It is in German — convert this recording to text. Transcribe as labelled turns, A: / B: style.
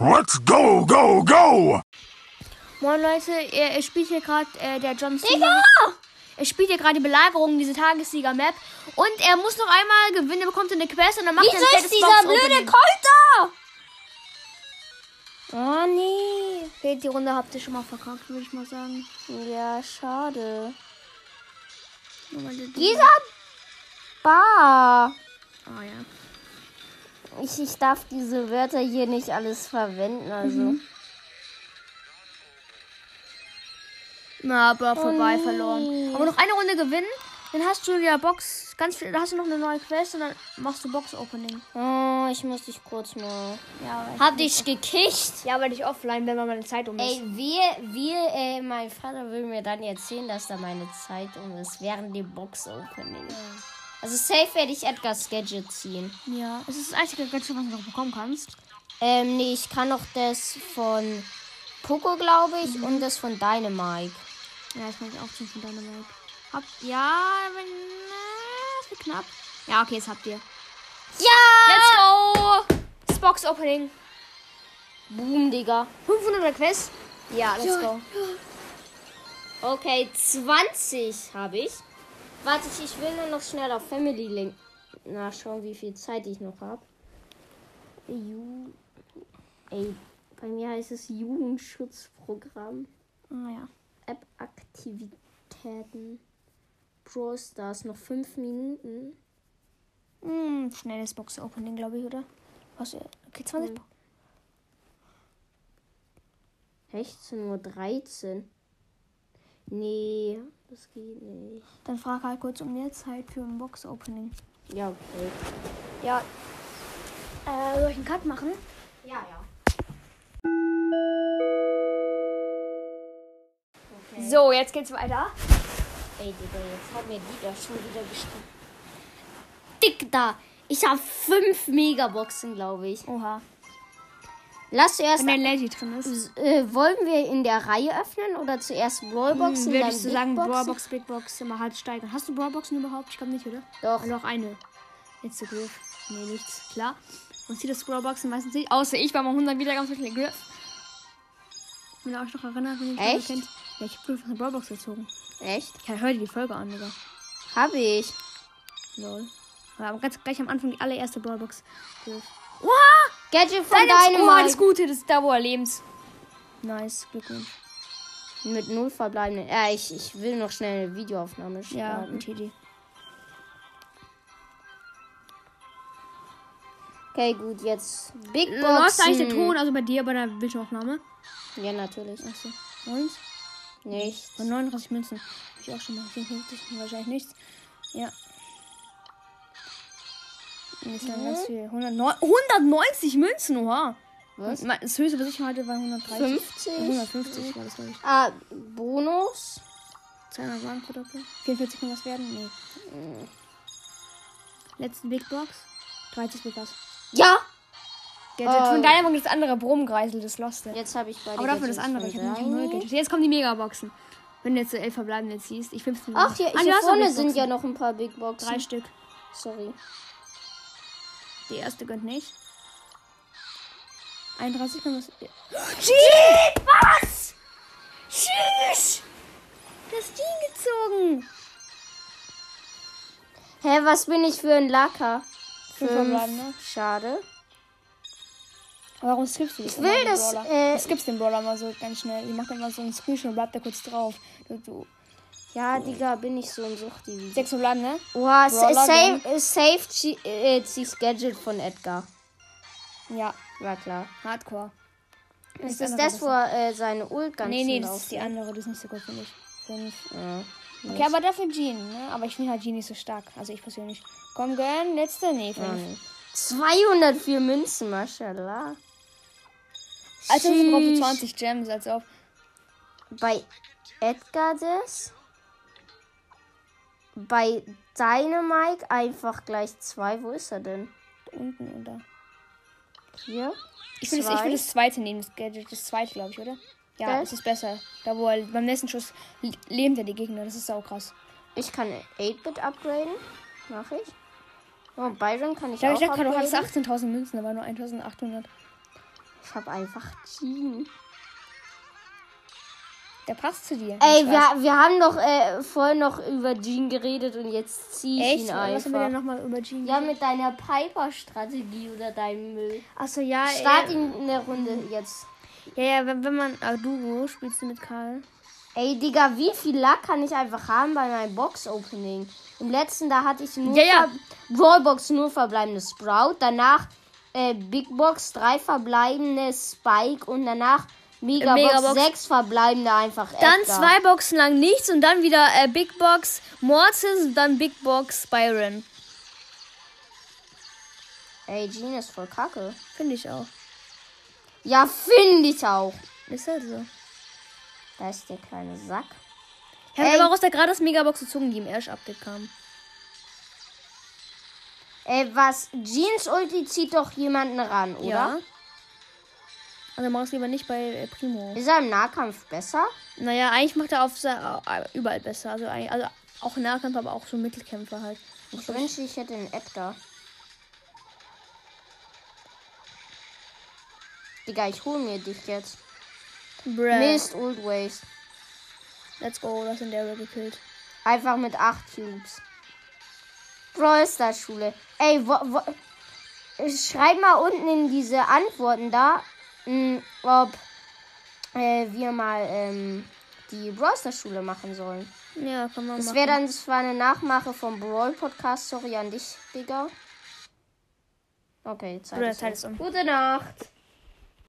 A: Let's go, go, go!
B: Moin Leute, äh, ich spiele hier gerade äh, der John
C: Digga!
B: Cena. Er spielt hier gerade die Belagerung, diese Tagessieger-Map. Und er muss noch einmal gewinnen, er bekommt eine Quest und dann macht
C: Wieso
B: er ein
C: ist
B: fettes
C: dieser blöde
B: Box-Opening.
C: Kolter?
B: Oh nee. Okay, die Runde habt ihr schon mal verkackt, würde ich mal sagen.
C: Ja, schade.
B: Nur Oh, weil die-
C: Dieser
B: Ah
C: Bar.
B: ja.
C: Ich, ich darf diese Wörter hier nicht alles verwenden, also.
B: Na, aber vorbei, verloren.
C: nee.
B: Aber noch eine Runde gewinnen, dann hast du ja Box, ganz viel, dann hast du noch eine neue Quest und dann machst du Box-Opening.
C: Oh, ich muss dich kurz mal.
B: Ja, weil
C: Hab dich gekickt?
B: ja, weil ich offline, wenn man meine Zeit um
C: Ey,
B: ist.
C: wir, wir, äh, mein Vater will mir dann erzählen, dass da meine Zeit um ist, während dem Box-Opening. Also safe werde ich Edgar's Gadget ziehen.
B: Ja, es ist das einzige Gadget, was du noch bekommen kannst.
C: Ähm, nee, ich kann noch das von Poco, glaube ich, und das von Dynamite.
B: Ja, ich kann mich auch ziehen von Dynamite. Habt ja, wenn. na, Es wird knapp. Ja, okay, jetzt habt ihr.
C: Ja!
B: Let's go! Das Box Opening.
C: Boom, Digga.
B: 500 Quest.
C: Ja,
B: Let's go.
C: Okay, 20 habe ich. Warte, ich- ich will nur noch schnell auf Family Link nachschauen, wie viel Zeit ich noch habe. Ju Ey, bei mir heißt es Jugendschutzprogramm.
B: Ah ja.
C: App-Aktivitäten. Pro Stars, noch 5 Minuten.
B: Hm, schnelles Box Opening, glaube ich, oder? Was, äh, okay, 20.
C: Mhm. 16.13 Uhr. Nee, das geht nicht.
B: Dann frag halt kurz um mehr Zeit für ein Box Opening.
C: Ja, okay.
B: Ja. Äh, soll ich einen Cut machen?
C: Ja, ja.
B: So, jetzt geht's weiter.
C: Ey, Digga, jetzt hat mir die da schon wieder gestimmt. Dick da! Ich habe fünf Megaboxen, glaube ich.
B: Oha.
C: Lass zuerst.
B: Wenn der Lady drin ist.
C: Äh, wollen wir in der Reihe öffnen oder zuerst
B: Hm,
C: Brawlboxen? dann
B: Würdest du sagen,
C: Bigboxen?
B: Brawl Box, Big Box, immer halt steigern. Hast du Brawl Boxen überhaupt? Ich glaube nicht, oder?
C: Doch.
B: Und Ah, noch eine. Letzte Griff. Nee, nichts. Klar. Man sieht das Scrollboxen meistens nicht. Außer ich war mal 100 Wiedergaben mit dem Griff. Ich will euch noch erinnern, wenn ihr mich
C: Echt?
B: noch kennt. Ja, ich hab Griff aus der Brawlbox gezogen.
C: Echt?
B: Ja, hör dir die Folge an, Digga.
C: Hab ich.
B: Lol. Aber ganz gleich am Anfang die allererste Brawlbox. Griff.
C: Gadget von
B: Dein
C: deinem
B: Ohr, Oh, das
C: Mike.
B: Gute des Dauerlebens. Nice, Glückwunsch.
C: Mit null verbleibenden. Ja, ich, ich will noch schnell eine Videoaufnahme
B: Ja,
C: starten.
B: gute Idee.
C: Okay, gut, jetzt Big
B: Du
C: Boxen.
B: hast eigentlich den Ton, also bei dir, bei der Bildschirmaufnahme.
C: Ja, natürlich.
B: Achso. Und?
C: Nicht.
B: Bei 39 Münzen. Hab ich auch schon mal 54, wahrscheinlich nichts. Ja. Und Ist dann
C: Mhm.
B: ganz viel. 109 190 Münzen, oha.
C: Was?
B: Me- Das höchste, was ich hatte, war 130.
C: 50.
B: 150 war das, glaube ich.
C: Ah, Bonus.
B: 200 waren pro Doppel. 44 kann was werden? Nee.
C: Mhm.
B: Letzte Big Box. 30 Big Box.
C: Ja.
B: Gadget
C: Oh.
B: von Dynamon das andere Brummgreisel, das Loste.
C: Jetzt habe ich beide.
B: Aber dafür das
C: Gadgets
B: andere.
C: von
B: Ich hab nämlich
C: Dani.
B: nur Gadgets. Jetzt kommen die Megaboxen. Wenn du jetzt so elf verbleiben jetzt siehst. Ich film's mir
C: Ach,
B: noch.
C: hier,
B: Ah, du
C: hier
B: hast noch
C: vorne
B: Big
C: sind ja
B: Boxen.
C: noch ein paar Big Boxen.
B: Drei Stück.
C: Sorry.
B: Die erste gönnt nicht. 31 kann was. Was? Tschüss! Das Ding gezogen!
C: Hä, was bin ich für ein Lacker?
B: Fünf verbleibende.
C: Schade.
B: Aber warum skippst du das? Ich
C: will das, äh,
B: du skippst den Brawler mal so ganz schnell. Die macht dann mal so einen Screenshot und bleibt da kurz drauf. Du, du.
C: Ja, Digga, bin ich so ein Suchti.
B: Sechs verbleiben, ne?
C: Oha, sa-
B: Brawler
C: save, äh, save G- äh, das Gadget von Edgar.
B: Ja,
C: War klar.
B: Hardcore.
C: Ist
B: Nichts
C: das
B: anderes
C: das, wo er, äh, seine Ult ganz
B: Nee, nee, das
C: drauf-
B: ist die andere. Das ist nicht so gut, finde ich. Fünf.
C: Ja.
B: Okay, aber dafür Jean, ne? Aber ich finde halt Jean nicht so stark. Also ich persönlich. Komm, gönn. Letzte? Nee, fünf.
C: Ja, nee. 204 Münzen, mashallah.
B: Also ich brauche
C: Sheesh.
B: 20 Gems, als ob.
C: Bei Edgar das. Bei Dynamite einfach gleich zwei. Wo ist er denn?
B: Unten und da.
C: Hier?
B: Ich will, das, ich
C: Zwei.
B: will das zweite nehmen, das, Gadget, das zweite, glaube ich, oder? Ja,
C: Das?
B: das ist besser. Da wo er beim nächsten Schuss le- lähmt er die Gegner, das ist auch krass.
C: Ich kann 8-Bit upgraden. Mach ich. Oh, Byron kann
B: Ich
C: ich
B: glaube,
C: auch
B: ich dachte, du hast
C: upgraden.
B: 18.000 Münzen, aber nur 1.800.
C: Ich hab einfach Jean.
D: Der passt zu dir.
C: Ey,
D: Ich
C: wir,
D: weiß.
C: wir haben doch äh, vorhin noch über Jean geredet und jetzt zieh ich
D: Echt?
C: ihn
D: Was haben wir denn
C: einfach.
D: nochmal über Jean?
C: Ja, mit deiner Piper-Strategie oder deinem Müll.
D: Achso, ja,
C: Start
D: ey,
C: ihn in der Runde jetzt.
D: ja, ja, wenn, wenn man. Ah, du spielst du mit Karl.
C: Ey, Digga, wie viel Lack kann ich einfach haben bei meinem Box-Opening? Im letzten, da hatte ich nur
B: Ja, ja.
C: Ver Rollbox nur verbleibendes Sprout, danach äh, Big Box drei verbleibende Spike und danach Mega, Box
B: Megabox.
C: sechs verbleibende einfach
B: Dann
C: Edgar.
B: zwei Boxen lang nichts und dann wieder äh, Big Box Mortis und dann Big Box Byron.
C: Ey, Jean ist voll kacke.
D: Finde ich auch.
C: Ja, finde ich auch.
D: Ist halt so.
C: Da ist der kleine Sack.
B: Ich habe
C: Ey.
B: aber aus der gratis Megabox gezogen, die im Ash-Update kam.
C: Ey, was? Jeans Ulti zieht doch jemanden ran, oder?
B: Ja. Also mach es lieber nicht bei äh, Primo.
C: Ist er im Nahkampf besser?
B: Naja, eigentlich macht er auf se- äh, überall besser. Also, eigentlich- also auch Nahkämpfer, aber auch so Mittelkämpfer halt.
C: Ich wünschte, ich hätte einen Edgar. Digga, ich hol mir dich jetzt.
B: Bruh.
C: Mist, Old Waste.
B: Let's go, das sind der gekillt.
C: Einfach mit 8 Cubes. Brawl Stars Schule. Ey, wo, wo, äh, schreib mal unten in diese Antworten da, mh, ob äh, wir mal ähm, die Brawl Stars Schule machen sollen.
B: Ja, kann man
C: Das
B: machen.
C: wäre dann zwar eine Nachmache vom Brawl Podcast. Sorry an dich, Digga. Okay, Zeit
B: Bruder,
C: ist
B: Zeit
C: um.
B: ist um.
C: Gute Nacht.